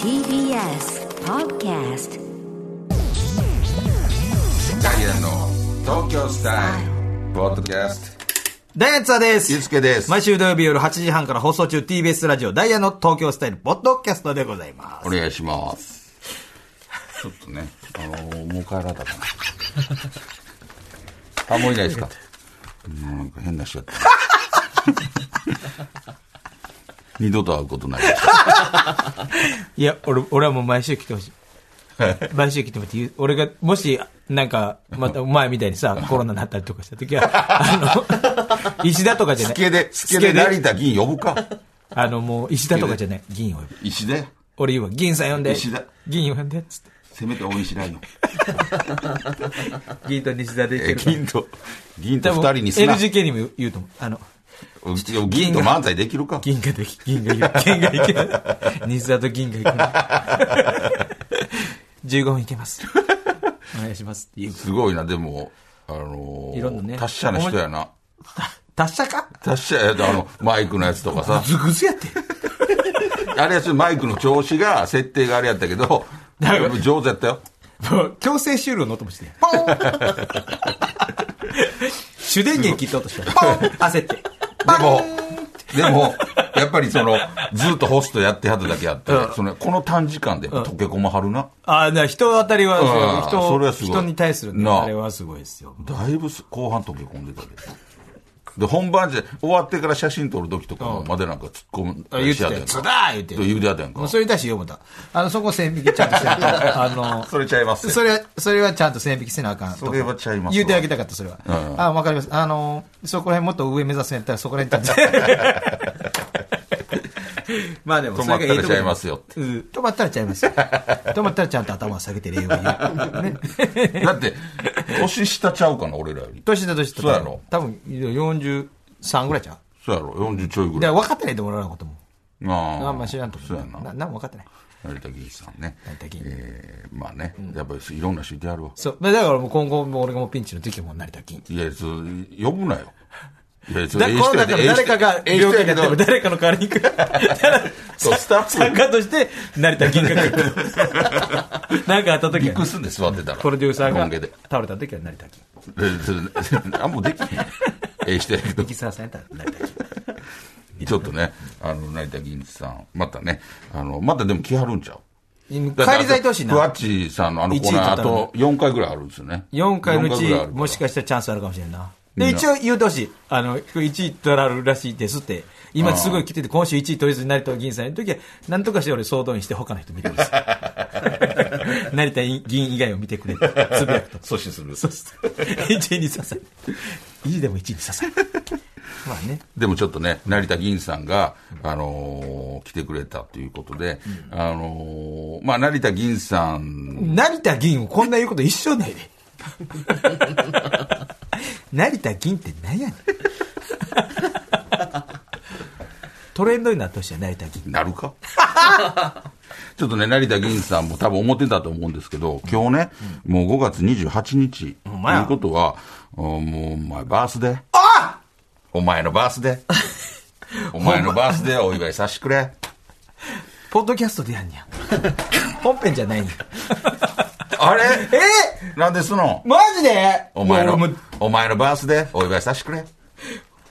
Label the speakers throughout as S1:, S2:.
S1: TBS Podcast
S2: ダイアンの東京スタイルポッドキャスト
S3: ダイアンツァです。
S2: ゆうすけです
S3: 毎週土曜日夜8時半から放送中 TBS ラジオダイヤの東京スタイルポッドキャストでございます。
S2: お願いしますちょっとねあのー、もう帰られ たかなあもういないですかもうなんか変な人 だった二度と会うことないです
S4: いや、俺、俺はもう毎週来てほしい。毎週来てもらっていい、俺が、もし、なんか、また前みたい にさ、コロナになったりとかした時は、あの、石田とかじゃない。
S2: 助で助で成田議員呼ぶか
S4: あの、もう、石田とかじゃない。議員を呼ぶ。
S2: 石で
S4: 俺言うわ、議員さん呼んで。
S2: 石田
S4: 議員呼んで、つ って。
S2: せめて大西ライオン
S4: 議員と西田で
S2: え
S4: 行ける
S2: 銀と銀と二人にすな
S4: LGK にも言うと思う。あの、
S2: 銀と漫才できるか
S4: 銀河で、銀河行け、銀河行け。西田と銀河行く。15分行けます。お願いしますっていう。
S2: すごいなでもあのー
S4: いろんなね
S2: 達者な人やな
S4: 達者か
S2: 達者やとあのマイクのやつと かさ
S4: ズグズやって。
S2: あれはちょっとマイクの調子が、設定があれやったけど、上手やったよ。
S4: もう強制終了の音もして。ポン 主電源切った音した。ポン焦って。
S2: でも、でも、やっぱりその、ずっとホストやってはっただけあって、そのこの短時間でやっぱ溶け込まはるな。
S4: ああ、だから人当たりは
S2: うん、
S4: 人
S2: それはすごい
S4: 人に対するね、
S2: なあ
S4: あれはすごいですよ。
S2: だいぶす後半溶け込んでたで。で、本番じゃ、終わってから写真撮る時とかまでなんか突っ
S4: あ
S2: 込む、
S4: 言っ
S2: してやっ
S4: た
S2: たや
S4: よ。
S2: ん
S4: つ
S2: か。
S4: だー言って
S2: 言うてやったやん
S4: もう
S2: か。
S4: それに対して読むと。あの、そこ線引きちゃんとせなあかん。あの、
S2: それちゃいますよ
S4: それは、それはちゃんと線引きせなあかんと。
S2: それはちゃいますわ
S4: 言うてあげたかった、それは。
S2: うん
S4: あわかります。あの、そこら辺もっと上目指すんやったら、そこら辺ち ゃんと。まあでも、
S2: 止まったら
S4: それがいいとこ
S2: ちゃいますよって
S4: うん止まったらちゃ いますよ。止まったらちゃんと頭を下げて礼を言う。ね。
S2: だって、年下ちゃうかな、俺らより。
S4: 年だ年だ。
S2: そうやろ
S4: 多分、43ぐらいちゃう
S2: そうやろ、40ちょいぐ
S4: だ
S2: ら
S4: か
S2: い。
S4: ら分かってないと思う俺らのことも。
S2: あ
S4: あんま知らんと思う。
S2: そうやな。
S4: な。なんも分かってない。
S2: 成田議員さんね。
S4: 成田議員
S2: えーまあね、やっぱりいろんな人いてあるわ。
S4: そう。だからもう今後、もう俺がもうピンチの時はもう成田金。
S2: いや、そう、呼ぶな よ。いや、そ
S4: だ
S2: ええ
S4: こ
S2: 人
S4: の
S2: やで
S4: 中の誰かが
S2: ええ
S4: 病
S2: 人
S4: 気
S2: や
S4: に
S2: け
S4: なっても
S2: ど、
S4: 誰かの代わりに来る。
S2: そうスタッフ
S4: 参加として、成田銀閣なんかあった時
S2: びっく
S4: は
S2: り、すんで座ってたら。
S4: プロデューサーが
S2: 本家で。
S4: 倒れた時は成田銀。
S2: でそれであ、もうできへん。ええ人やけど
S4: ミキサーさんやったら成田銀。
S2: ちょっとね、あの、成田議員さん、またね、あの、またでも来はるんちゃう
S4: 帰り
S2: だって
S4: 咲いてほしい
S2: ふわ
S4: な
S2: っ。ちさんのあの
S4: 一
S2: コ
S4: 位
S2: ー
S4: 取っ
S2: ナー、
S4: た
S2: あ
S4: のに
S2: と4回ぐらいあるんですよね。
S4: 4回のう
S2: 四
S4: ち
S2: ぐらいある、ら
S4: もしかしたらチャンスあるかもしれんな。
S2: うん
S4: で、一応言うてほしい。あの、1位取られるらしいですって。今すごい来てて、今週1位取れずに成田議員さんいる時は、なんとかして俺総動員して他の人見て ほしい。成田議員以外を見てくれって。つぶやくと。
S2: 阻止する。
S4: そうすると1位に 刺さる。いいでも1位に刺さる。まあね。
S2: でもちょっとね、成田議員さんが、あのー来てくれたということで、あのーまあ、成田議員さん、
S4: 成田議員をこんな言うこと一生ないで。成田議員って何やねん。トレンドになってほしいよ成田議員。
S2: なるか ちょっとね、成田議員さんも多分思ってたと思うんですけど、今日ね、もう5月28日、と
S4: ほんまや
S2: いうことは、あーもうお前バースデー。お前のバース デー。お前のバースデーをお祝いさしてくれ。
S4: ポッドキャストでやんにゃ。本編じゃないんや。
S2: あれ
S4: え
S2: なんですの
S4: マジで
S2: お前
S4: もう
S2: の
S4: もう、
S2: お前のバースデーお祝いさしてくれ。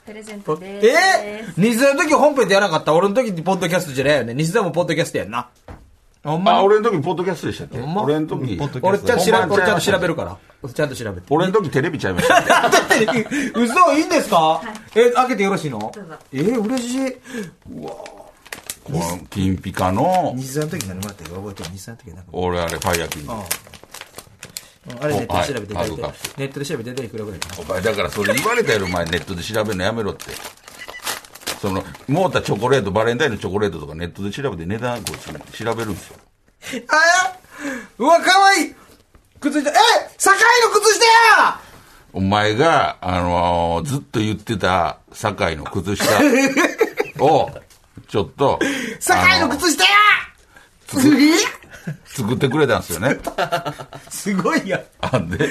S1: プレゼントでーす
S4: え西田の時本編でやらなかった俺の時ってポッドキャストじゃないよね。西田もポッドキャストやんな。ほんま
S2: あ、俺の時ポッドキャストでしたっけ
S4: ほんま
S2: 俺の時。
S4: 俺ちゃんと調べ、俺ちゃんと調べ
S2: る。
S4: るから。ちゃんと調べて。
S2: 俺の時テレビちゃいました。
S4: 嘘いいんですかえ、開けてよろしいの
S1: うぞ
S4: えー、嬉しい。
S2: この金ピカの、
S4: 日産の時何もらったか覚えてる日産の時はなんか
S2: 俺あれ、ファイヤーキング。
S4: あれネットで調べて
S2: はい
S4: 大体
S2: はいわか
S4: ネットで調べて大体いくらぐらいかな
S2: お前、だからそれ言われたやろ、お前、ネットで調べるのやめろって。その、もうたチョコレート、バレンタインのチョコレートとかネットで調べて値段を調べるんですよ。
S4: あうわ、かわいい靴下、え堺の靴下や
S2: お前が、あのーずっと言ってた、堺の靴下を、ちょっと、
S4: 堺の靴下や
S2: 作ってくれたんですよ ね。
S4: すごいや
S2: あんで、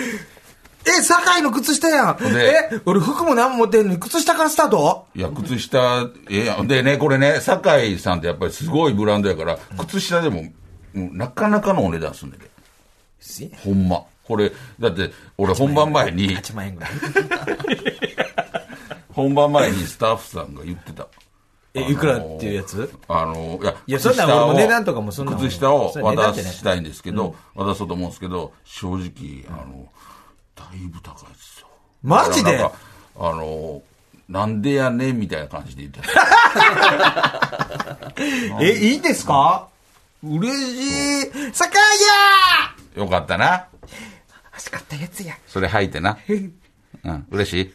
S4: え、堺の靴下やん
S2: で
S4: え、俺服も何も持ってんのに靴下からスタート
S2: いや、靴下、ええやんでね、これね、堺さんってやっぱりすごいブランドやから、靴下でもうんなかなかのお値段すんねんで。
S4: し
S2: ほんま。これ、だって、俺本番前に、
S4: 8万円ぐらい。
S2: 本番前にスタッフさんが言ってた。
S4: え、いくらっていうやつ
S2: あの、いや、
S4: いや
S2: 靴下
S4: そんなん
S2: を
S4: 俺も値段とかもそんなん
S2: 靴下を
S4: それ値段
S2: 渡
S4: ってね
S2: したいんですけど、渡そうと思うんですけど、正直、あの、だいぶ高いですよ。
S4: マジ
S2: な
S4: で
S2: んかあの、なんでやねんみたいな感じで言ってた。
S4: え、いいですか嬉しい。酒屋
S2: よかったな。
S4: 欲しかったやつや。
S2: それ履いてな。うん、嬉しい。
S4: 嬉し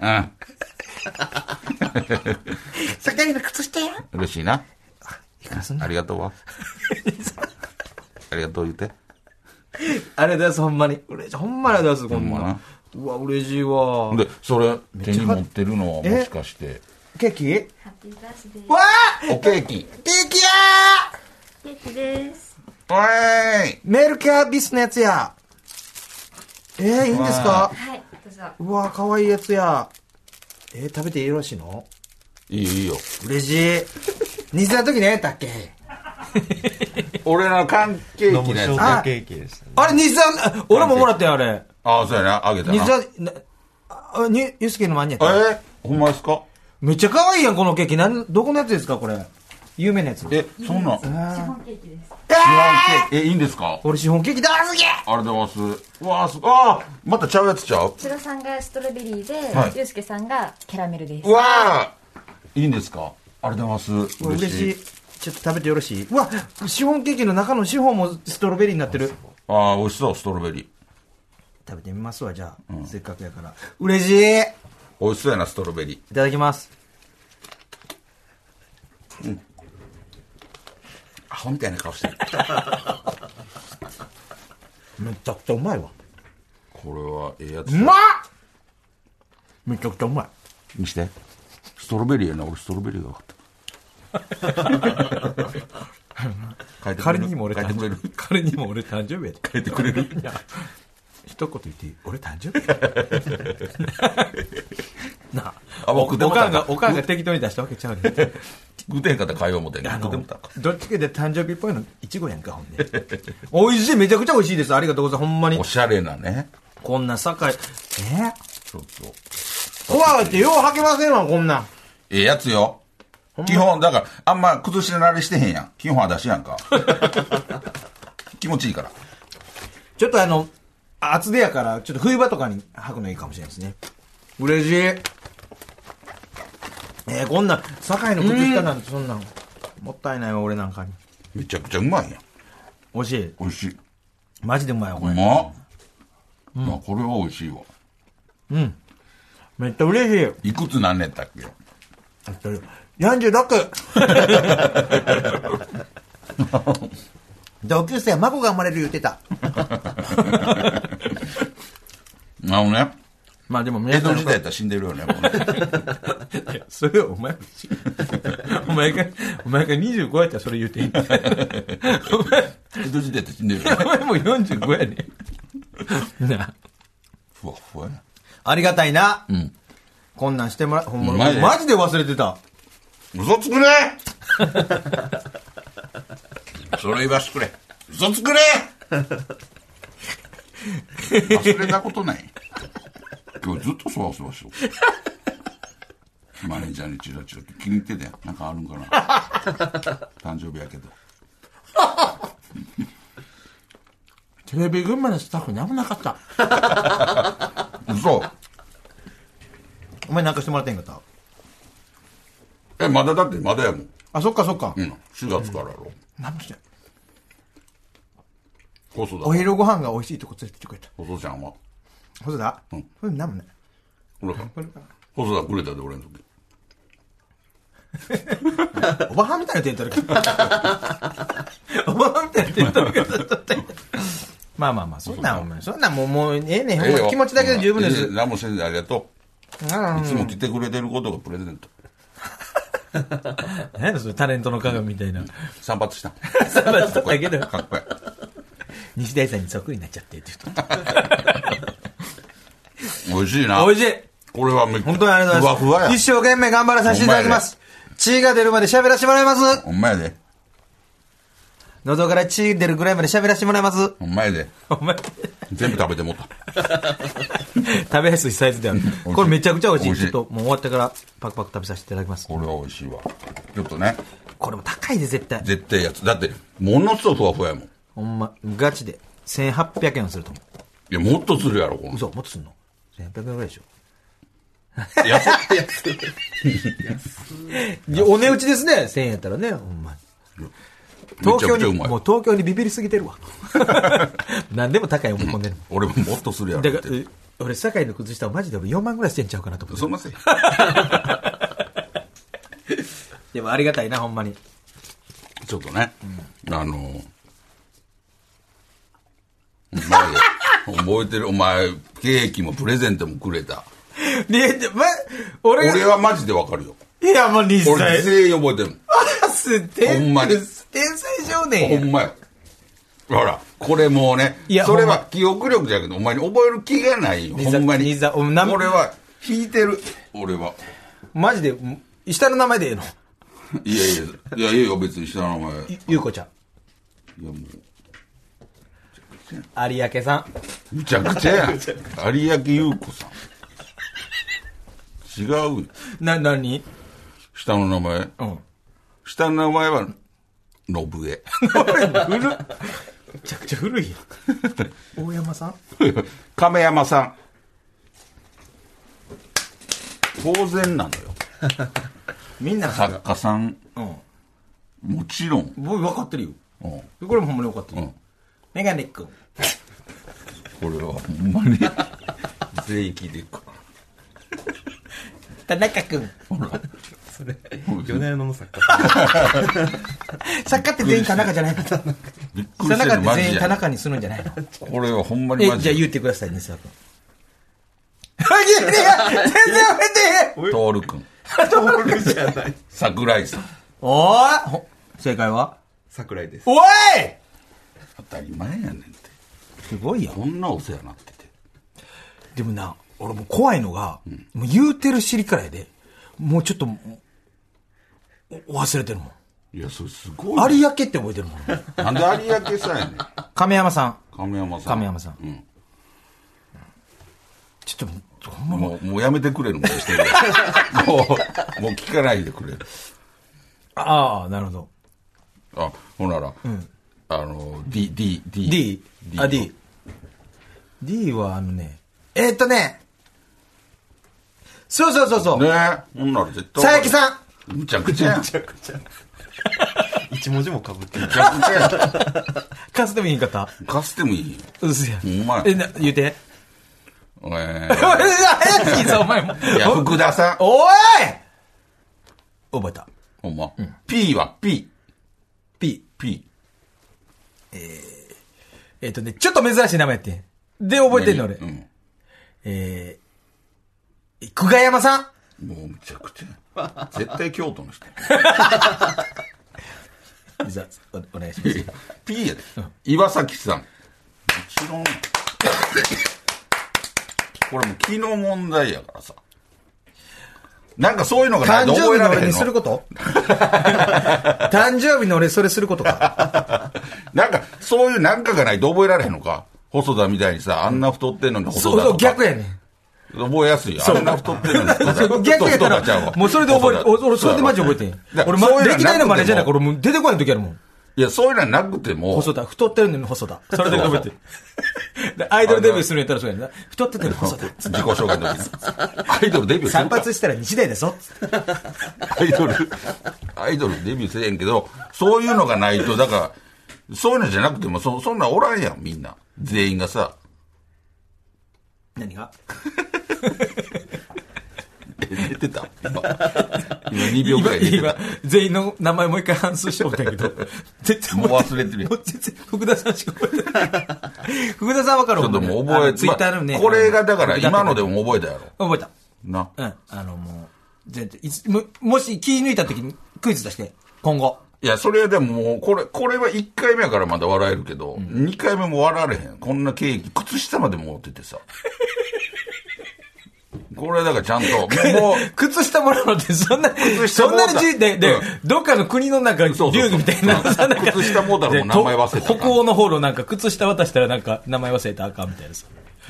S2: うん、
S4: い酒屋の靴下や。
S2: 嬉しいな。
S4: いくらすんの
S2: ありがとうわ。ありがとう言って。
S4: ありがとうございます、ほんまに。嬉しい。ほんまにありがとうござ
S2: ほ
S4: います、こ
S2: ん
S4: ん
S2: ま
S4: な。
S2: なん
S4: うわ、嬉しいわ。
S2: で、それ、手に持ってるのはもしかして、
S4: ケーキ
S1: ハッピーバースデー。
S4: わあ
S2: おケーキ。
S4: ケーキや
S1: ケーキです。
S2: おーい
S4: ーメルキャービスのやつや。えー、いいんですか
S1: はい、どうぞ。
S4: うわ、かわいいやつや。えー、食べてよろしいの
S2: いいよ、いいよ。
S4: 嬉しい。 西田の時ね、だっけ
S2: 俺の缶ケ
S5: ど
S2: ー
S5: う
S2: キの
S5: もシ
S2: や
S5: ョ
S2: つ。
S5: ートケーキでしたね。
S4: あれ、西田、あ俺ももらったよ、あれ。
S2: ああ、そうやな。あげたな。
S4: 西田、なあ、に、ゆすけのマニア
S2: え。ー、ほんまですか
S4: めっちゃ可愛いやん、このケーキ。なん、どこのやつですか、これ。有名なやつ。
S2: え、そんなん、シフォン
S1: シフォンケーキです。
S2: ケーキ、え、いいんですか
S4: 俺、シフォンケーキだすげえ
S2: ありがとうございます。うわあ、すああ、またちゃうやつちゃう
S1: シロさんがストロベリーで、
S2: はい
S1: ユウスケさんがキャラメルです。
S2: うわあ、いいんですかありがとうございます。
S4: うわ
S2: 嬉
S4: 嬉
S2: し
S4: し
S2: い
S4: い。。ちょっと食べてよろしいうわ、シフォンケーキの中のシフォンもストロベリーになってる。
S2: ああ、美味しそう、ストロベリー。
S4: 食べてみますわ、じゃあ。せっかくやから。嬉しいい
S2: 美味しそうやな、ストロベリー。
S4: ただきます。
S2: アホみたいな顔してる。
S4: めちゃくちゃうまいわ。
S2: これは、ええやつ
S4: う
S2: ちゃう。
S4: まっめちゃくちゃうまい。
S2: 見して。ストロベリーやな、俺ストロベリーが分かった。書いてくれ
S4: 仮
S2: る
S4: に も俺
S2: 書いて
S4: 誕
S2: く
S4: 生
S2: れる
S4: 日。仮にも俺誕生日やで。
S2: 書いてくれる
S4: 一言言っていい俺誕生日や なあ
S2: あ僕で
S4: お
S2: もだ
S4: かんがおかんが適当に出したわけちゃうねん
S2: 具体方会話もてんけ
S4: あ
S2: ど、で
S4: の
S2: もたか。
S4: どっちかで誕生日っぽいのいちごやんかほんで美味しいめちゃくちゃ美味しいですありがとうございますほんまに
S2: おしゃれなね。
S4: こんな酒井え
S2: ちょっと。
S4: 怖いってよう吐けませんわこんなん
S2: ええやつよ。基本、だから、あんま崩し慣れしてへんやん。基本は出しやんか。 気持ちいいから。
S4: ちょっとあの厚手やからちょっと冬場とかに吐くのいいかもしれないですね嬉しいえー、こんなん酒井の靴下なんてそんなんもったいないわ俺なんかに
S2: めちゃくちゃうまいやん。
S4: 美味しい
S2: 美味しい。
S4: マジでうまいわこ
S2: う
S4: れ
S2: まっ。まあ、これは美味しいわ。
S4: めっちゃ嬉しい
S2: いくつなんねんだっけよ。
S4: 46! 同級生は孫が生まれる言ってた。
S2: あのね、
S4: まあでも皆
S2: 江
S4: さ
S2: 戸
S4: ん
S2: 時代やったら死んでるよね、もう ね
S4: それはお前が、お前が、お前が25やったらそれ言うていい。お前、
S2: 江戸時代やったら死んでるよ
S4: お
S2: ね。
S4: 前もう45や ねな
S2: ふわふわやな。
S4: あ。りがたいな。
S2: ん
S4: こんなんしてもら、ほんま、
S2: うまいね
S4: マジで忘れてた。
S2: 嘘つくねそれ言わしてくれ。嘘つくね忘れたことない。今日ずっとそわそわしとったマネージャーにチラチラと気に入ってたよ。なんかあるんかな誕生日やけど。
S4: テレビ群馬のスタッフ何もなか った。
S2: 嘘
S4: お前なんかしてもらってんかった
S2: え、まだだってまだやもん。
S4: あ、そっかそっか。
S2: うん。4月からやろ。
S4: 何もしてない。
S2: こそだ。
S4: お昼ご飯が美味しいとこ連れてってくれた。
S2: 細ちゃんは
S4: 細田
S2: うん。
S4: それ何もない。
S2: 俺か。細田くれたで、俺の時。
S4: おばはんみたいな手取る けど。おばはんみたいな手取るけど、ちょっと。まあまあまあ、そんなん、お前、そんなんもう、もう、ええねん、ほんまに気持ちだけで十分で
S2: ええ
S4: す。
S2: 何もせんでありがと
S4: うん
S2: う。いつも来てくれてることがプレゼント。
S4: 何やそれ、タレントの鏡みた いな。
S2: 散髪した。
S4: 散髪しただけだよ
S2: かっこえ
S4: 西大さんにそっくりになっちゃってって言うと。
S2: え美味しいな。
S4: 美味しい
S2: これはめっ
S4: 本当にありがとう
S2: ふ
S4: ございます。
S2: わふわや
S4: 一。生懸命頑張らさせていただきます。血が出るまで喋らせてもらいます。
S2: ほんまやで。
S3: 喉から血出るぐらいまで喋らせてもらいます。
S2: ほんまやで。
S4: お前、
S2: 全部食べてもった。
S4: 食べやすいサイズである。これめちゃくちゃ美味しい。
S2: 美味しい
S4: ちょっともう終わってからパクパク食べさせていただきます。
S2: これは美味しいわ。ちょっとね、
S4: これも高いで、絶対。
S2: 絶対やつ。だって、ものすごいふわふわやもん。い
S4: ほんま、ガチで。1800円はすると思う。
S2: や、もっとするやろ、この。
S4: 嘘、もっとすんの ?1800 円ぐらいでしょ。
S2: 安っ
S4: いやお値打ちですね、1000円やったらね、ほんまに。
S2: め
S4: 東
S2: ちゃ
S4: 京
S2: くちゃう
S4: に、
S2: まい
S4: もう。東京にビビりすぎてるわ。 何でも高い思い込んでるも
S2: 俺ももっとするや
S4: ん。
S2: ろ。
S4: だ
S2: っ
S4: から
S2: て、
S4: え俺、堺の靴下をマジで俺4万ぐらいしてんちゃうかなと思って
S2: そ。んなせい。
S4: でもありがたいな、ほんま に。
S2: ちょっとね、あの、前で覚えてる、お前、ケーキもプレゼントもくれた。
S4: で、でま、俺が、
S2: 俺はマジでわかるよ。
S4: いや、もう20
S2: 俺、
S4: 歳。
S2: 全員覚えてる
S4: す 天
S2: ほんまに
S4: 天才少
S2: も
S4: 年
S2: ん。
S4: や
S2: ほんまよ。ほら、これもうね
S4: いや、
S2: それ
S4: ほんま
S2: は記憶力じゃなくて、お前に覚える気がないよ。
S4: 兄さ
S2: ほ
S4: ん
S2: んま
S4: 兄
S2: に。
S4: さんお前なん
S2: 俺は、引いてる。俺は。
S4: マジで、うん下の名前でええの。
S2: いやいや、いやいやいや、別に下の名前。い
S4: ゆゆうこちゃん。
S2: や、もう。
S4: 有明さん。
S2: むちゃくちゃや ん。有明優子さん。違うよ。
S4: な、なに
S2: 下の名前。
S4: うん。
S2: 下の名前は、信江。
S4: めちゃくちゃ古いや ん。大山さん
S2: 亀山さん。当然なのよ。
S4: みんなさ、
S2: 作家さん、
S4: うん。
S2: もちろん。
S4: 僕分かってるよ。
S2: うん。うん。
S4: これもほんまに分かってるよ。
S2: こ
S4: メガネ君。
S2: れはほんま に、全域でこ
S4: 田中君。
S5: それ、
S2: ん
S5: 米山の 作家。
S4: 作家って全員田中じゃないの田
S2: びっくりして
S4: 中
S2: る、
S4: って
S2: マ
S4: 全
S2: ジ
S4: 員田
S2: や。
S4: 中にするんじゃない の
S2: これはほんまに
S4: え
S2: マ、
S4: じ
S2: ジ
S4: ゃあ言
S2: や。
S4: ってください、西田君。いやいや全然やめてへん
S2: トール君。
S5: じゃない。
S2: 桜井さん。
S4: おーほ正解は
S5: 桜井です。
S4: おい
S2: 当たり前やねんって。
S4: すごいよ。
S2: こんなお世話になってて。
S4: でもな、俺もう怖いのが、もう言うてる尻からやで、もうちょっと、お忘れてるもん。
S2: いや、それすごいね。
S4: 有明って覚えてるもん。
S2: なんで有明さんやねん。
S4: 亀山さん。
S2: 亀山さん。
S4: 亀山さん
S2: うん。
S4: ちょっと、ほんま
S2: もう、もうやめてくれるもんしてるや んもう、もう聞かないでくれる。
S4: ああ、なるほど。
S2: あ、ほんなら、あの、D、D、D。
S4: D? あ、D。。D はあのね、えーっとね、そうそうそうそう、
S2: ねえ、ほんなら絶対。
S4: 佐伯さん
S2: んむちゃくちゃやん。む
S5: め
S2: ち
S5: ち
S2: ゃ
S5: ゃく ちゃ。一文字もかぶってる。
S2: くち ゃや
S4: かすでもいい方。
S2: ん。かすてもいいよ。
S4: うすや
S2: ほ。んまや
S4: え、な、 言うて。
S2: え
S4: 怪しい ぞ、お前も。
S2: ーいや、福田さん。
S4: おい覚えた。
S2: ほんま。P は P。
S4: P。
S2: P。
S4: えーっとね、ちょっと珍しい名前やってん。で、覚えてんの俺
S2: う。ん。
S4: えー、久我山さん
S2: もうむちゃくちゃ やん。絶対京都の人。
S4: じゃあおお願いします。
S2: P やで。岩崎さん。もちろん。これもう気の問題やからさ。なんかそういうのがない
S4: 誕
S2: と
S4: 生
S2: 覚え
S4: 日
S2: ら
S4: の
S2: れ
S4: 俺
S2: へん
S4: にす
S2: の。
S4: ること 誕生日の俺それすることか。
S2: なんかそういうなんかがないと覚えられへんのか。細田みたいにさ、あんな太ってんのに細田
S4: そう
S2: とか。
S4: そう、逆やねん。
S2: 覚えやすいよ。あんな太ってんのに太田
S4: そう 逆やった
S2: 太田ちゃう
S4: ら
S2: わ、
S4: もうそれで覚えて、
S2: 細田
S4: お俺それでマジ覚えてんや
S2: だ。から
S4: 俺、
S2: そういうの
S4: ま、
S2: はなくて
S4: 歴
S2: も
S4: 代のマネージャーなんか俺もう出てこない時あるもん。
S2: いや、そういうのはなくても、
S4: 細田、太ってるのに細田。それで覚えてる。でアイドルデビューするんやったらそうやんな。太っててる細田。
S2: 自己紹介の時に。アイドルデビューする
S4: 散
S2: か
S4: 髪したら西大だ ぞ。
S2: アイドル、アイドルデビューせえへんけど、そういうのがないと、だから、そういうのじゃなくても、そそんなんおらんやん、みんな。全員がさ、
S4: 何が
S2: え出てた今、今2秒ぐ
S4: 今、
S2: らい出て
S4: 今
S2: た。、
S4: 全員の名前もう一回反数してもったんや けど、絶対
S2: もう忘
S4: 覚え
S2: れてるやん
S4: もう全然、福田さんしか覚え てない。福田さんわかる
S2: ちょっともう覚え
S4: ツイッターのね。
S2: まあこれがだから、
S4: 福田って
S2: 今のでも覚えたやろ。
S4: 覚えた。
S2: な。
S4: うん。あの、もう、全然、いつ、も、もし気抜いた時にクイズ出して、今後。
S2: いや、それはでももう、これ、これは1回目やからまだ笑えるけど、2回目も笑われへん。こんなケーキ、靴下まで持っててさ。これだからちゃんと、もう、
S4: 靴下もらうのってそんな、
S2: 下
S4: そ
S2: も
S4: ん
S2: ら
S4: な
S2: う
S4: にじで、で
S2: うん、
S4: どっかの国のなんか、竜
S2: そうそう
S4: みたいにな
S2: うん
S4: さなんか
S2: 靴下もだろ
S4: で
S2: もう名前忘れた
S4: と北欧の方のなんか、靴下渡したらなんか、名前忘れたらあかんみたいなさ。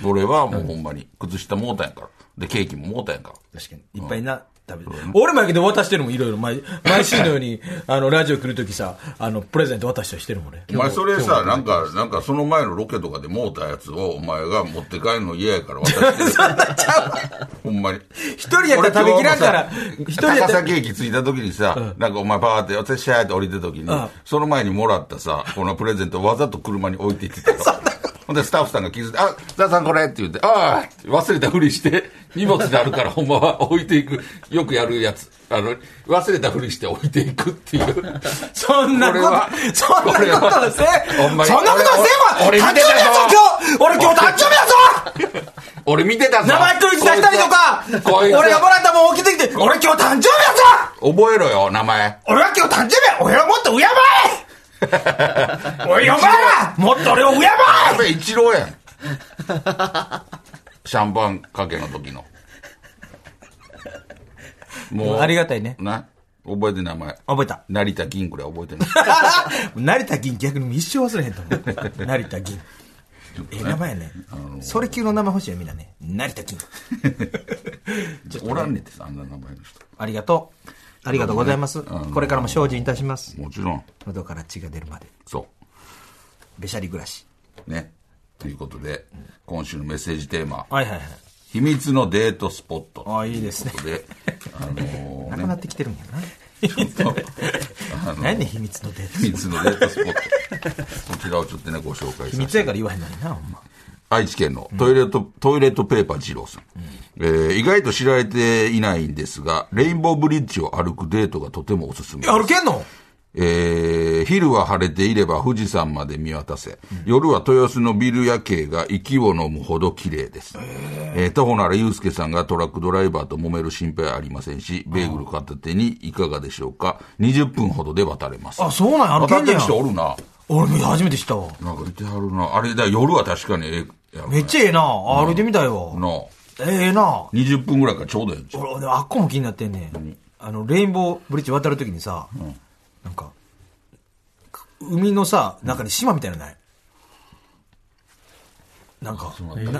S2: 俺はもうほんまに、靴下もうたんやから。で、ケーキももうたんやから。
S4: 確かに。いっぱいな、食べて。俺もやけど渡してるもん、いろいろ。毎毎週のように、あの、ラジオ来るときさ、あの、プレゼント渡したりしてるもんね。
S2: お前それさ、なんか、なんかその前のロケとかでもうたやつをお前が持って帰るの嫌やから渡してる。そんなちゃうほんまに。
S4: 一人やったら食べきらんから、一人や
S2: 高
S4: った
S2: さ
S4: ら、
S2: ケーキ着いた時にさ、なんかお前パーって、私シャーって降りた時
S4: ん
S2: に、その前にもらったさ、このプレゼントわざと車に置いていって たから。ほんでスタッフさんが気づいて、あ、ザさんこれって言って、ああ忘れたふりして、 荷物であるからほんまは置いていく。よくやるやつ。あの、忘れたふりして置いていくっていう。
S4: そんなこ
S2: 俺は
S4: と、そんな
S2: 俺
S4: ことは
S2: は
S4: せ
S2: ほんまに
S4: そんなことはせんわ
S2: 俺俺見
S4: 誕生
S2: て
S4: 日
S2: た
S4: や
S2: ぞ
S4: ぞ今日俺今日誕生日やぞ
S2: 俺見てたぞ
S4: 名前統一出したりとか
S2: こいつ
S4: 俺がもらったもん起きてきて俺今日誕生日やぞ
S2: 覚えろよ、名前。
S4: 俺は今日誕生日や俺はもっと敬 えおいお前らもっと俺を敬
S2: や
S4: え
S2: べえ、一郎やん。シャンパンかけの時の。も
S4: ありがたいね
S2: な、覚えてない名前。
S4: 覚え た
S2: 成田銀くらい覚えてない。
S4: 成田銀逆に一生忘れへんと思う成田銀ええ名前やねそれ級の名前欲しいよみんなね成田銀
S2: おらんねってさ、あんな名前の人。
S4: ありがとうありがとうございますこれからも精進いたします
S2: もちろん、
S4: 喉から血が出るまで
S2: そ
S4: べしゃり暮らし
S2: う。ね。ということで、今週のメッセージテーマ、
S4: はいはいはい
S2: 秘密のデートスポット。
S4: ああいいですね
S2: ということで、あ
S4: なく
S2: のー
S4: な
S2: ね、
S4: ってきてるもん やな
S2: ちょっとあの
S4: 何やねん秘密のデート
S2: 秘密のデートスポット。こちらをちょっとね、ご紹介させて
S4: 秘密やから言わへんのにな、ほんま。
S2: 愛知県のトイレット、トイレットペーパー二郎さん、えー意外と知られていないんですが、レインボーブリッジを歩くデートがとてもおすすめです。
S4: 歩けんの
S2: えー昼は晴れていれば富士山まで見渡せ、夜は豊洲のビル夜景が息を呑むほど綺麗です。えー徒歩なら祐介さんがトラックドライバーと揉める心配はありませんし、ベーグル片手にいかがでしょうか。20分ほどで渡れます。
S4: あそうなんや歩け
S2: 渡
S4: ん
S2: っ
S4: ね
S2: て
S4: や
S2: る人おるな。
S4: 俺も初めて知ったわ。
S2: なんかいてはるな。あれだ、夜は確かにええやろ
S4: めっちゃええな。あ歩いてみたいわ。
S2: なあ。
S4: ええな。
S2: 20分ぐらいからちょうどやんちゃう
S4: 俺、俺あっこも気になってんねん。あの、レインボーブリッジ渡るときにさ、なんか、海のさ、中に島みたいなのないなんか、な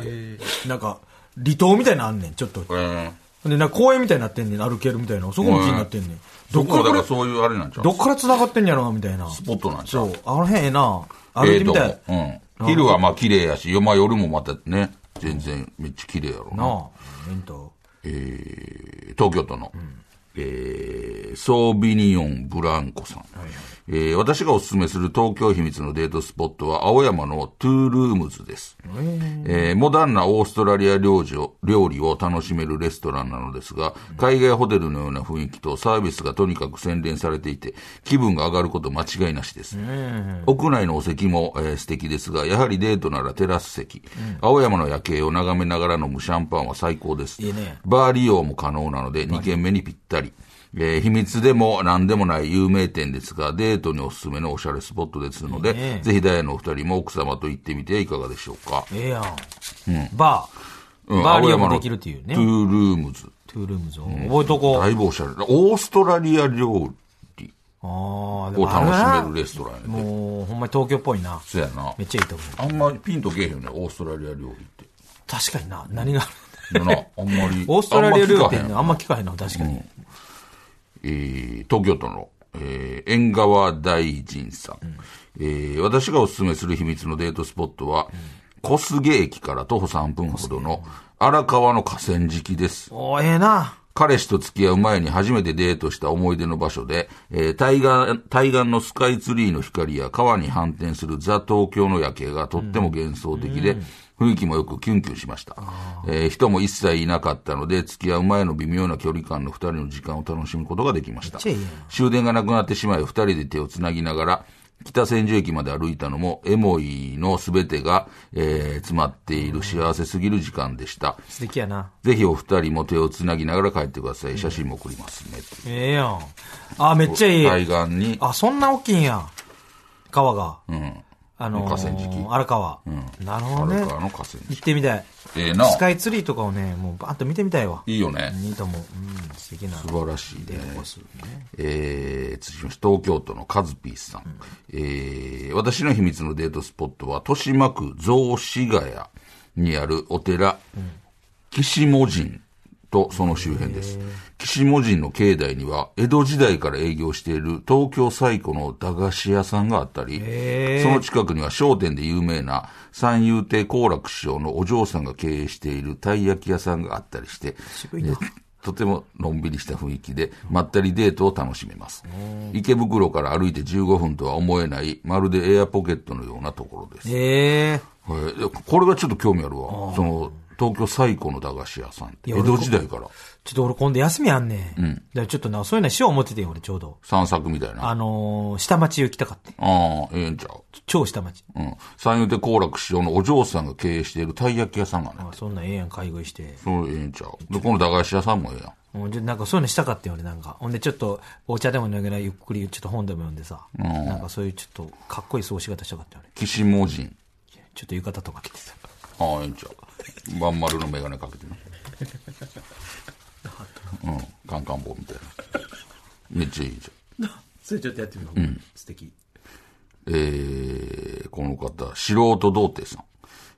S4: なんか、離島みたいなのあんねん、ちょっと。
S2: うん。
S4: で、なんか公園みたいになってんねん、歩けるみたいな。そこも気になってんねん。
S2: ど
S4: どっ
S2: こ
S4: か
S2: だからら、そういうあれなんちゃう
S4: どっから繋がってんやろな、みたいな。
S2: スポットなんちゃ
S4: そうう、あの辺ええな。歩いてみたい。
S2: ええとこうん。昼はまあ綺麗やし、夜まあ夜もまたね、全然めっちゃ綺麗やろう
S4: な
S2: な。
S4: あ、えんと。
S2: えー東京都の、えーソービニオンブランコさん。えー私がおすすめする東京秘密のデートスポットは青山のトゥールームズです。えーモダンなオーストラリア料理を料理を楽しめるレストランなのですが、海外ホテルのような雰囲気とサービスがとにかく洗練されていて、気分が上がること間違いなしです。屋内のお席も、えー素敵ですが、やはりデートならテラス席、青山の夜景を眺めながら飲むシャンパンは最高です。
S4: いいね
S2: バー利用も可能なので、2軒目にぴったり。えー秘密でも何でもない有名店ですが、デートにおすすめのおしゃれスポットですので、
S4: いいね
S2: ぜひダイヤのお二人も奥様と行ってみてはいかがでしょうか。
S4: ええやん。バー。
S2: うん
S4: バー利
S2: 青
S4: 用
S2: 山
S4: も
S2: の
S4: できるっていうね
S2: トゥ。ールームズ。
S4: トゥールームズを。覚えとこう。
S2: だいぶおしゃれ。オーストラリア料理
S4: ああ、で
S2: を
S4: もあ
S2: 楽し
S4: れ
S2: め
S4: な
S2: るレストランやで。
S4: もう、ほんまに東京っぽいな。
S2: そうやな
S4: めっ。ちゃいいと思
S2: あ
S4: う。
S2: んまりピンとけえへんよね、オーストラリア料理って。
S4: 確かにな。何がある
S2: なあ あんまり。
S4: オーストラリア料理って
S2: あんま聞かへん
S4: あんま聞かへんな、確かに。
S2: えー東京都の、えー縁側大臣さん、えー私がおすすめする秘密のデートスポットは、小菅駅から徒歩3分ほどの荒川の河川敷です。
S4: おーええな。
S2: 彼氏と付き合う前に初めてデートした思い出の場所で、えー対岸、対岸のスカイツリーの光や川に反転するザ東京の夜景がとっても幻想的で、雰囲気もよくキュンキュンしました、えー人も一切いなかったので、付き合う前の微妙な距離感の二人の時間を楽しむことができました
S4: めっちゃいいやん。
S2: 終電がなくなってしまい、二人で手をつなぎながら、北千住駅まで歩いたのも、エモいのすべてが、えー詰まっている幸せすぎる時間でした。
S4: 素敵やな。
S2: ぜひお二人も手をつなぎながら帰ってください。写真も送りますね。
S4: ええやん。あーめっちゃいい。
S2: 対岸に、
S4: あ、そんな大きいんや。川が。
S2: うん。
S4: あの
S2: 河川敷
S4: ー荒川、なるほどね
S2: 荒川の河川敷
S4: 行ってみたい
S2: ええな
S4: スカイツリーとかをねもうバーンと見てみたいわ
S2: いいよね。
S4: いいと思う、うん、素敵な
S2: 素晴らしいね。えー、続きまして、東京都のカズピーさん。えー、私の秘密のデートスポットは、豊島区雑司ヶ谷にあるお寺、岸母神とその周辺です。岸母神の境内には、江戸時代から営業している東京最古の駄菓子屋さんがあったり、その近くには商店で有名な三遊亭好楽師匠のお嬢さんが経営しているたい焼き屋さんがあったりして、えーとてものんびりした雰囲気で、まったりデートを楽しめます。池袋から歩いて15分とは思えない、まるでエアポケットのようなところです。
S4: ええ
S2: えーこれがちょっと興味あるわ。その、東京最古の駄菓子屋さんって。
S4: いや
S2: 江戸時代から
S4: ちょっと俺今度休みあんねん。だからちょっとな、そういうのしよう思っててん、俺ちょうど。
S2: 散策みたいな。あ
S4: あのー、下町行きたかってん。
S2: あー、ええんちゃう。
S4: 超下町。
S2: うん。三遊亭好楽師匠のお嬢さんが経営しているたい焼き屋さんがね。
S4: あそんなんええやん、買い食いして。
S2: そう、ええんちゃう。で、この駄菓子屋さんもええやん。
S4: うん、じゃなんかそういうのしたかってん、俺なんか。ほんでちょっと、お茶でも飲みながらゆっくり、ちょっと本でも読んでさ。なんかそういうちょっと、かっこいい過ごし方したかってん、俺。
S2: 岸門人。
S4: ちょっと浴衣とか着てさ。
S2: ああ、ええんちゃう。まん丸の眼鏡かけ てな。うん。カンカン棒みたいな。めっちゃいいじゃん。
S4: それちょっとやってみよう。うん、素敵。
S2: えーこの方、素人童貞さん。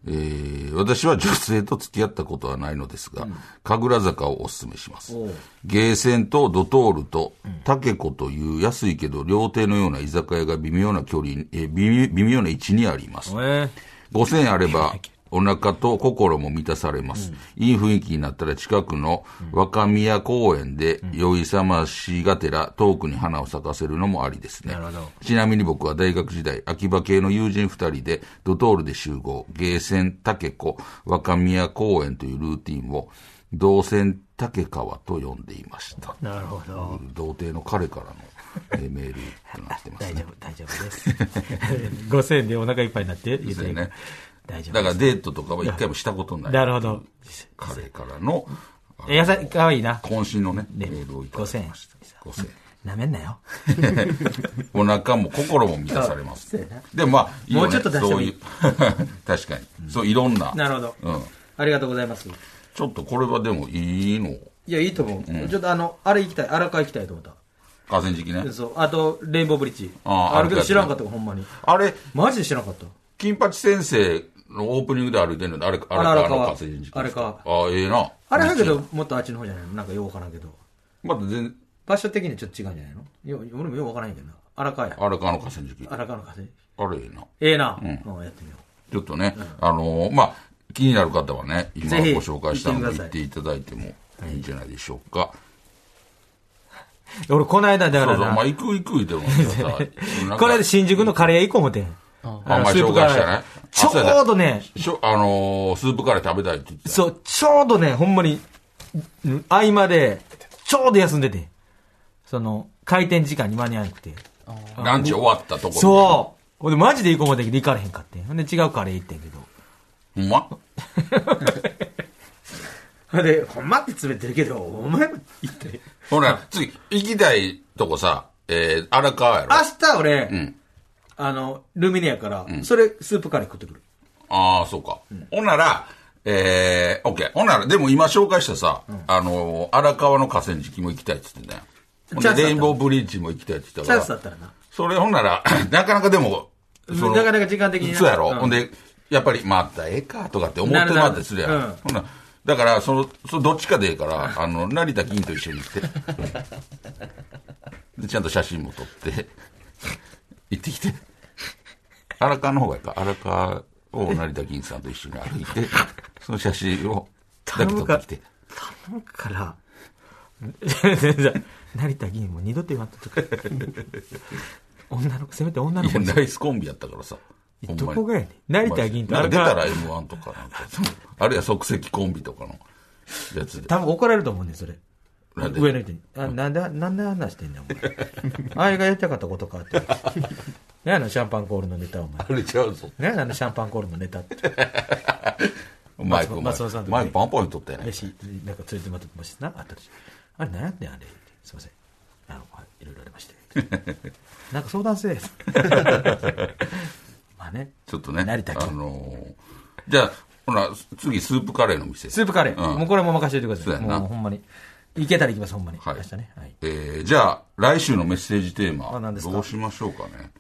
S2: えー私は女性と付き合ったことはないのですが、神楽坂をお勧めします。ゲーセンとドトールと、タケコという安いけど料亭のような居酒屋が微妙な距離に、えー微微妙な位置にあります。
S4: え
S2: 5000円あれば、お腹と心も満たされます。いい雰囲気になったら近くの若宮公園で酔い覚ましがてら遠くに花を咲かせるのもありですね。ちなみに僕は大学時代、秋葉系の友人二人でドトールで集合、ゲーセン、タケコ、若宮公園というルーティンを同線竹川と呼んでいました。
S4: なるほど。
S2: 童貞の彼からのえーメールとなってます
S4: 大
S2: ね。
S4: 丈夫、大丈夫です。5000円で お腹いっぱいになって、言う
S2: そう
S4: て
S2: やね。
S4: 大丈夫
S2: だ
S4: で
S2: からデートとかは一回もしたことない。
S4: す。なるほど。
S2: 彼からの、あ
S4: え、やさ、かわいいな。
S2: 渾身のね、メ
S4: ね
S2: ールをいただきました。5000
S4: なめんなよ。
S2: お腹も心も満たされます。でもまあ、いいよね
S4: もうちょっと出してもいい
S2: そういう 確かに。そう、いろんな。
S4: なるほど
S2: うん。
S4: ありがとうございます。
S2: ちょっとこれはでもいいの。
S4: いや、いいと思う。ちょっとあの、あれ行きたい、荒川行きたいと思っ
S2: 河川敷ね
S4: た。。そう。あと、レインボーブリッジ。
S2: あー
S4: あるけ
S2: 歩くやつ
S4: ど
S2: ね
S4: 知らんかったわほんまに。
S2: あれ、
S4: マジで知らんかった。
S2: 金八先生のオープニングで歩いてるので、あれ、あれ
S4: あれ
S2: あの
S4: 川
S2: 河川敷ですか。
S4: あれ川
S2: あ、ええな。
S4: あれだけど、もっとあっちの方じゃないのなんかようわからんけど。
S2: また全然、
S4: 場所的にはちょっと違うんじゃないのよう俺もようわからんけどな。荒川や。
S2: あれ川の河川敷。
S4: 荒川の風。
S2: あれええな。
S4: ええな。うん、やってみよう。
S2: ちょっとね、あのーまあ、気になる方はね、今
S4: ぜひ
S2: ご紹介したので
S4: 行ってみてくだ
S2: 行っ
S4: さい
S2: ていただいてもいいんじゃないでしょうか。
S4: 俺、この間、だか
S2: そう
S4: ら
S2: そう、まあ、
S4: な、
S2: 行く行く言う てもらってさ
S4: この間、新宿のカレー行こう思てん。
S2: あ
S4: の
S2: まあ
S4: スープカレー
S2: 紹介したね
S4: ちょうどね、
S2: しょ、あのースープカレー食べたいって言ってた。
S4: そう、ちょうどね、ほんまに、うん合間で、ちょうど休んでて。その、開店時間に間に合わなくて。
S2: ランチ終わったところ。
S4: そう。ほんで、マジで行こうまで行かれへんかってん。ほんで、違うカレー行ってんけど。
S2: う。ほんま
S4: ほんで、ほんまって詰めてるけど、お前も行って。
S2: ほら、次、行きたいとこさ、えー、荒川やろ。あ
S4: 明日俺、
S2: ん
S4: あの、ルミネやから、それ、スープカレー食ってくる。
S2: あー、そうか。ほんなら、えー、オッケー。ほんなら、でも今紹介したさ、あのー荒川の河川敷も行きたいって言ってたよ。ほん
S4: チャンスだっ
S2: で、
S4: たの
S2: レインボーブリッジも行きたいって言っ
S4: チャ
S2: た
S4: ンス
S2: か
S4: だっ
S2: ら、
S4: たらな。
S2: それほんなら、 なかなかでも、その
S4: なかなか時間的にな
S2: そうやろ、
S4: うん
S2: ほんで、やっぱり、またええかとかって思ってもらってするやん。
S4: なるなる
S2: ほんならだから、その、そのどっちかでええから、あの、成田金と一緒に行って。 でちゃんと写真も撮って、 行ってきて。荒川の方がいいか。荒川を成田金さんと一緒に歩い て、その写真を、だけ撮ってきて。
S4: 頼むから、 全然、成田議員も二度と言わんとっ てくれ女の子、せめて女の
S2: い
S4: 子
S2: や、
S4: に
S2: ナイスコンビやったからさ。ほんまに
S4: どこがやねん成田銀と
S2: お前出た
S4: 荒
S2: ら M1 とかなんか、そのあるいは即席コンビとかのやつで。
S4: 多分怒られると思うねんそれ。
S2: なんで
S4: 上の人に。あ、なんで、なんで話してんねん、お 前。あれがやりたかったことかって。 ねあのシャンパンコールのネタ、お前
S2: あ。れちゃうぞ。
S4: ねあのシャンパンコールのネタって。
S2: マイク、マイ
S4: 松本さん
S2: ク
S4: と
S2: マイクパンパン言っとったよね。
S4: 飯、なんか連れてまたもしな、あったでしょ。あれ、なんやってん、あれ。すいません。あ の、はいいろいろありまして。なんか相談せえ。まあね。
S2: ちょっとね。
S4: 成田君
S2: あのーじゃあ、ほら、次、スープカレーの店。
S4: スープカレー。
S2: うん
S4: もうこれも任せておいてくださ
S2: そ
S4: い。
S2: うやな
S4: もうほんまに。いけたら行きます、ほんまに。
S2: はい
S4: 明日ね。はい。
S2: えーじゃあ、来週のメッセージテー
S4: あ
S2: マ、
S4: 何ですか
S2: どうしましょうかね。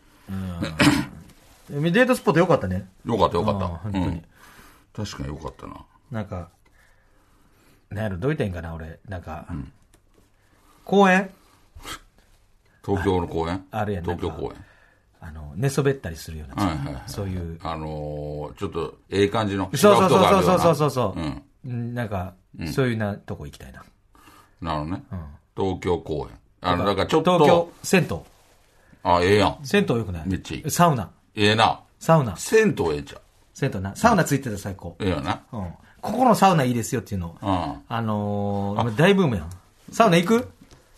S4: デートスポットよかったね。
S2: よかった、よか
S4: あー
S2: った。
S4: 本
S2: う
S4: 当に
S2: ん。確かによかったな。
S4: なんか、なんやろ、どう言ったらいいんかな、俺。なんか、公園
S2: 東京の公園
S4: ああるやん
S2: 東京公園。
S4: あの、寝そべったりするような。
S2: はいはいはい
S4: そういう。
S2: あのーちょっと、ええ感じの。
S4: そうそ
S2: 芝生
S4: う
S2: とかあ
S4: そ
S2: るよ
S4: うそうう
S2: な
S4: そうそうそう。
S2: ん
S4: うんなんか、そういうなとこ行きたいな。
S2: なるほどね。東京公園。あの、だからちょっと、
S4: 東京、銭湯。
S2: あ、ええやん。
S4: 銭湯よくない
S2: めっちゃいい
S4: サウナ。
S2: ええな。
S4: サウナ。
S2: 銭湯ええんちゃう。
S4: 銭湯な。サウナついてた最高。
S2: ええよな。
S4: うん。ここのサウナいいですよっていうの。
S2: うん。
S4: あのー、大ブームやん。サウナ行く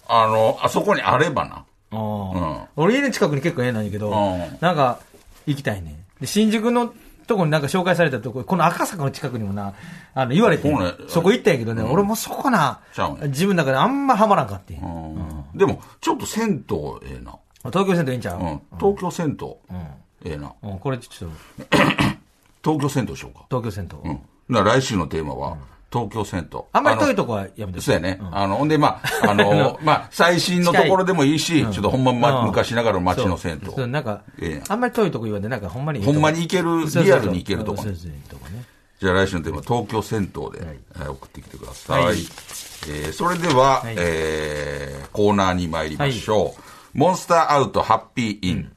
S2: あの、あそこにあればな。
S4: うん。俺家の近くに結構ええなんやけど
S2: ん、
S4: なんか、行きたいね。で、新宿のとこになんか紹介されたとこ、この赤坂の近くにもな、あの、言われて
S2: そうね、
S4: そこ行ったんやけどね、俺もそこな
S2: ちゃう、ね
S4: 自分の中であんまハマらんかってん。
S2: うん。でも、ちょっと銭湯ええな。
S4: 東京銭湯いいんちゃう
S2: うん。東京銭湯。ええな。
S4: うん。これちょっ
S2: 東京銭湯しようか。
S4: と、東京
S2: う
S4: 銭湯。
S2: ん。な来週のテーマは、東京銭湯。
S4: あんまり遠い
S2: と。
S4: とこはやめて
S2: そうやね。あの、ほんで、まあ、あ の、まあ、最新のところでもいいし、ちょっとほんま、ま、
S4: うん
S2: 昔ながらの街の銭
S4: そうそう
S2: 湯。
S4: なんか
S2: ええやん、
S4: あんまり遠いとこ言わんで、なんかほんまにいいと
S2: ほ
S4: こ。
S2: んまに行ける、
S4: そうそうそう、
S2: リアルに行けるとこ
S4: そ
S2: ね
S4: う。そうそういいとこね。
S2: じゃあ来週のテーマ、東京銭湯で、えー送ってきてください。
S4: はい
S2: えーそれでは、
S4: い
S2: えーコーナーに参りましょう。モンスターアウトハッピーイン。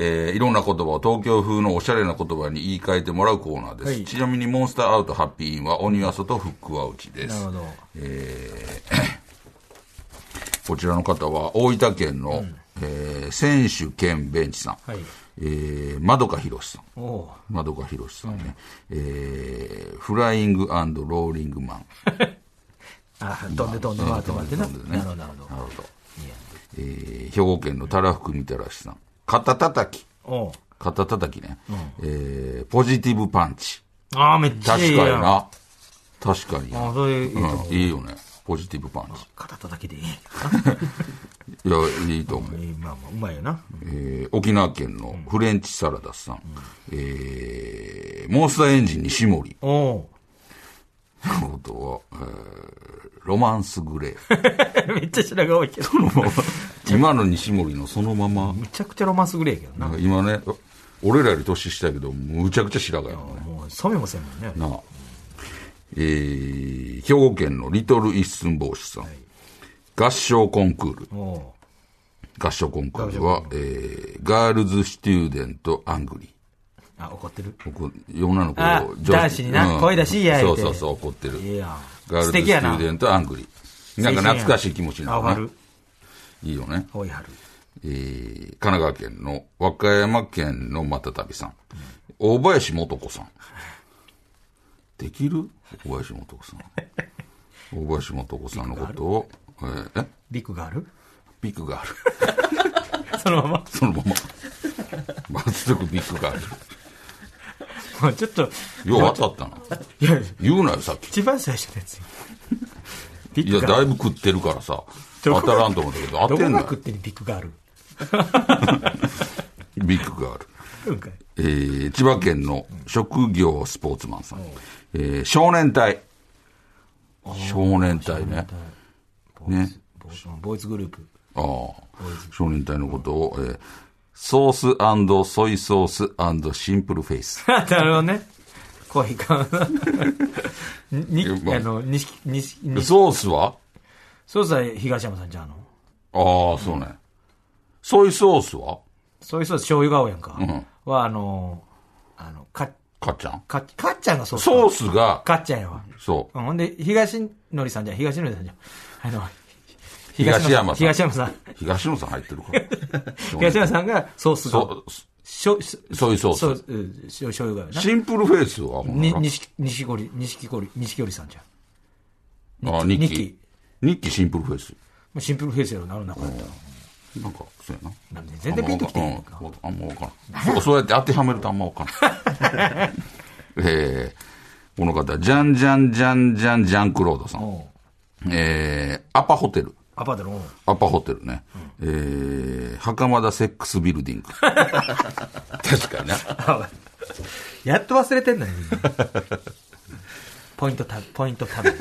S2: えーいろんな言葉を東京風のおしゃれな言葉に言い換えてもらうコーナーです。
S4: はい
S2: ちなみに、モンスターアウトハッピーインは鬼は外、フックは内です。
S4: なるほど。
S2: こちらの方は大分県の、えー選手兼ベンチさん。
S4: はい
S2: えー、まどかひろしさん。
S4: おお
S2: 窓川博さんね、えーフライングローリングマン。
S4: う。あ、飛んで飛んで回って回ってな。
S2: 飛んで飛んでね
S4: なるほど、なるほど
S2: な。るほど。えー兵庫県のたらふくみたらしさん。肩たたき。
S4: おう
S2: 肩たたきね。えーポジティブパンチ。
S4: ああ、めっちゃ
S2: 確か
S4: いい
S2: に
S4: やん。
S2: な。確かにな
S4: あそういういいとこ
S2: うんいいよね。ポジティブパン
S4: 肩叩きでいい。
S2: チ。いや、いいと思う。
S4: まあまあ、うまいよな。
S2: えー沖縄県のフレンチサラダさん。えーモンスターエンジン西森。
S4: おお
S2: ことは、えーロマンスグレー。
S4: う。 めっちゃ白が多いけど。
S2: 今の西森のそのまま、
S4: めちゃくちゃロマンスグレーやけどな。
S2: 今ね、俺らより年下やけど、むちゃくちゃ白髪やもんね。
S4: もう、染めもせんもんね。
S2: なあ。えー、兵庫県のリトル一寸法師さん。合唱コンクール。
S4: おお
S2: 合唱コンクールは、えー、ガールズ・スチューデント・アングリー。
S4: う。あ、怒ってる。
S2: 僕、女の子
S4: あ
S2: を
S4: 男子にな声出しいや
S2: そう
S4: 言うて
S2: そうそう、怒ってる。
S4: ええやん
S2: ガールズ・
S4: 素
S2: スチ
S4: 敵
S2: ュ
S4: やな
S2: ーデント・アングリー。なんか懐かしい気持ちにな
S4: 青
S2: るな
S4: 春。。
S2: いいよね。
S4: 青い春。
S2: えー神奈川県の和歌山県のまたたびさん、大林素子さん。できる大林素子さん。大林素子さんのことを、えーえ
S4: リクがある
S2: ビッグがある。
S4: そのまま。
S2: そのまま。まっすぐビッグがある。
S4: もう ちょっと、
S2: よう当たったな。
S4: いや、
S2: 言うなよ、さっき。
S4: 一番最初のやつ。ビ
S2: い
S4: ッ
S2: や、
S4: グガ
S2: だ
S4: ー
S2: い
S4: ル。
S2: ぶ食ってるからさ、
S4: ど
S2: 当
S4: こ
S2: た
S4: が
S2: らんと思ったけど、当
S4: ど
S2: て
S4: こ
S2: ん
S4: が
S2: な
S4: 食っ
S2: よ。
S4: てるビッグガール。
S2: ビッグがある。
S4: うんかい。
S2: えー千葉県の職業スポーツマンさん、えー少年隊少年隊ねね
S4: ボーイズボーイズグループ。
S2: ああ少年隊のことを、えーソースソイソースシンプルフェイ ス
S4: なるほどね。怖いか。に、
S2: いやまあ
S4: あの、にし、にし、にし、
S2: ソースは
S4: そうさ、東山さんじゃあの。
S2: ああそうねソイソースは
S4: そういうそう醤油顔やんか。は、あの、あの、か、
S2: かっちゃん
S4: か、かっちゃんがそう
S2: ソー
S4: う。
S2: スが
S4: かっちゃんやわ。
S2: そう
S4: うんほんで、東のりさんじゃん、東のりさんじゃん。あの、
S2: 東山さん
S4: 東山さん。
S2: 東野さん入ってる から
S4: 東山さんがソース
S2: そ
S4: が。しょ、し
S2: ソイソース
S4: そううんしょ醤油顔やな。
S2: シンプルフェイスはほんな
S4: に、
S2: ら
S4: にし、にしごり、にしきごり、にしきりさんじゃん。
S2: あ日
S4: 日
S2: 記
S4: 記
S2: 日記シンプルフェイス
S4: もうシンプルフェイスやろ、なるなかったら。
S2: なんかそうやな
S4: なんで全然ピンときてへんやんか。
S2: うんあんま分からんそうそうやって当てはめるとあんま分からん えーこの方ジャンジャンジャンジャンジャンクロードさん
S4: おう
S2: えーアパホテル
S4: アパートの。
S2: アパホテルね。えー、袴田セックスビルディン グ。確かにな。
S4: やっと忘れてんのよ、みんなポイントた、ポイントたぶ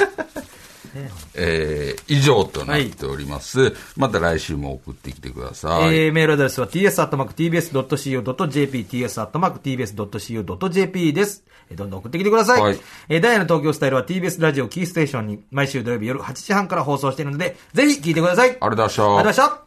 S2: えー、以上となっております。また来週も送ってきてください。
S4: えーメールアドレスは ts.tbs.co.jp、ts.tbs.co.jp です。えーどんどん送ってきてください。
S2: はい
S4: えーダイヤの東京スタイルは TBS ラジオキーステーションに毎週土曜日夜8時半から放送しているので、ぜひ聞いてください。あり
S2: あれ
S4: がとう
S2: だしゃ
S4: ございました。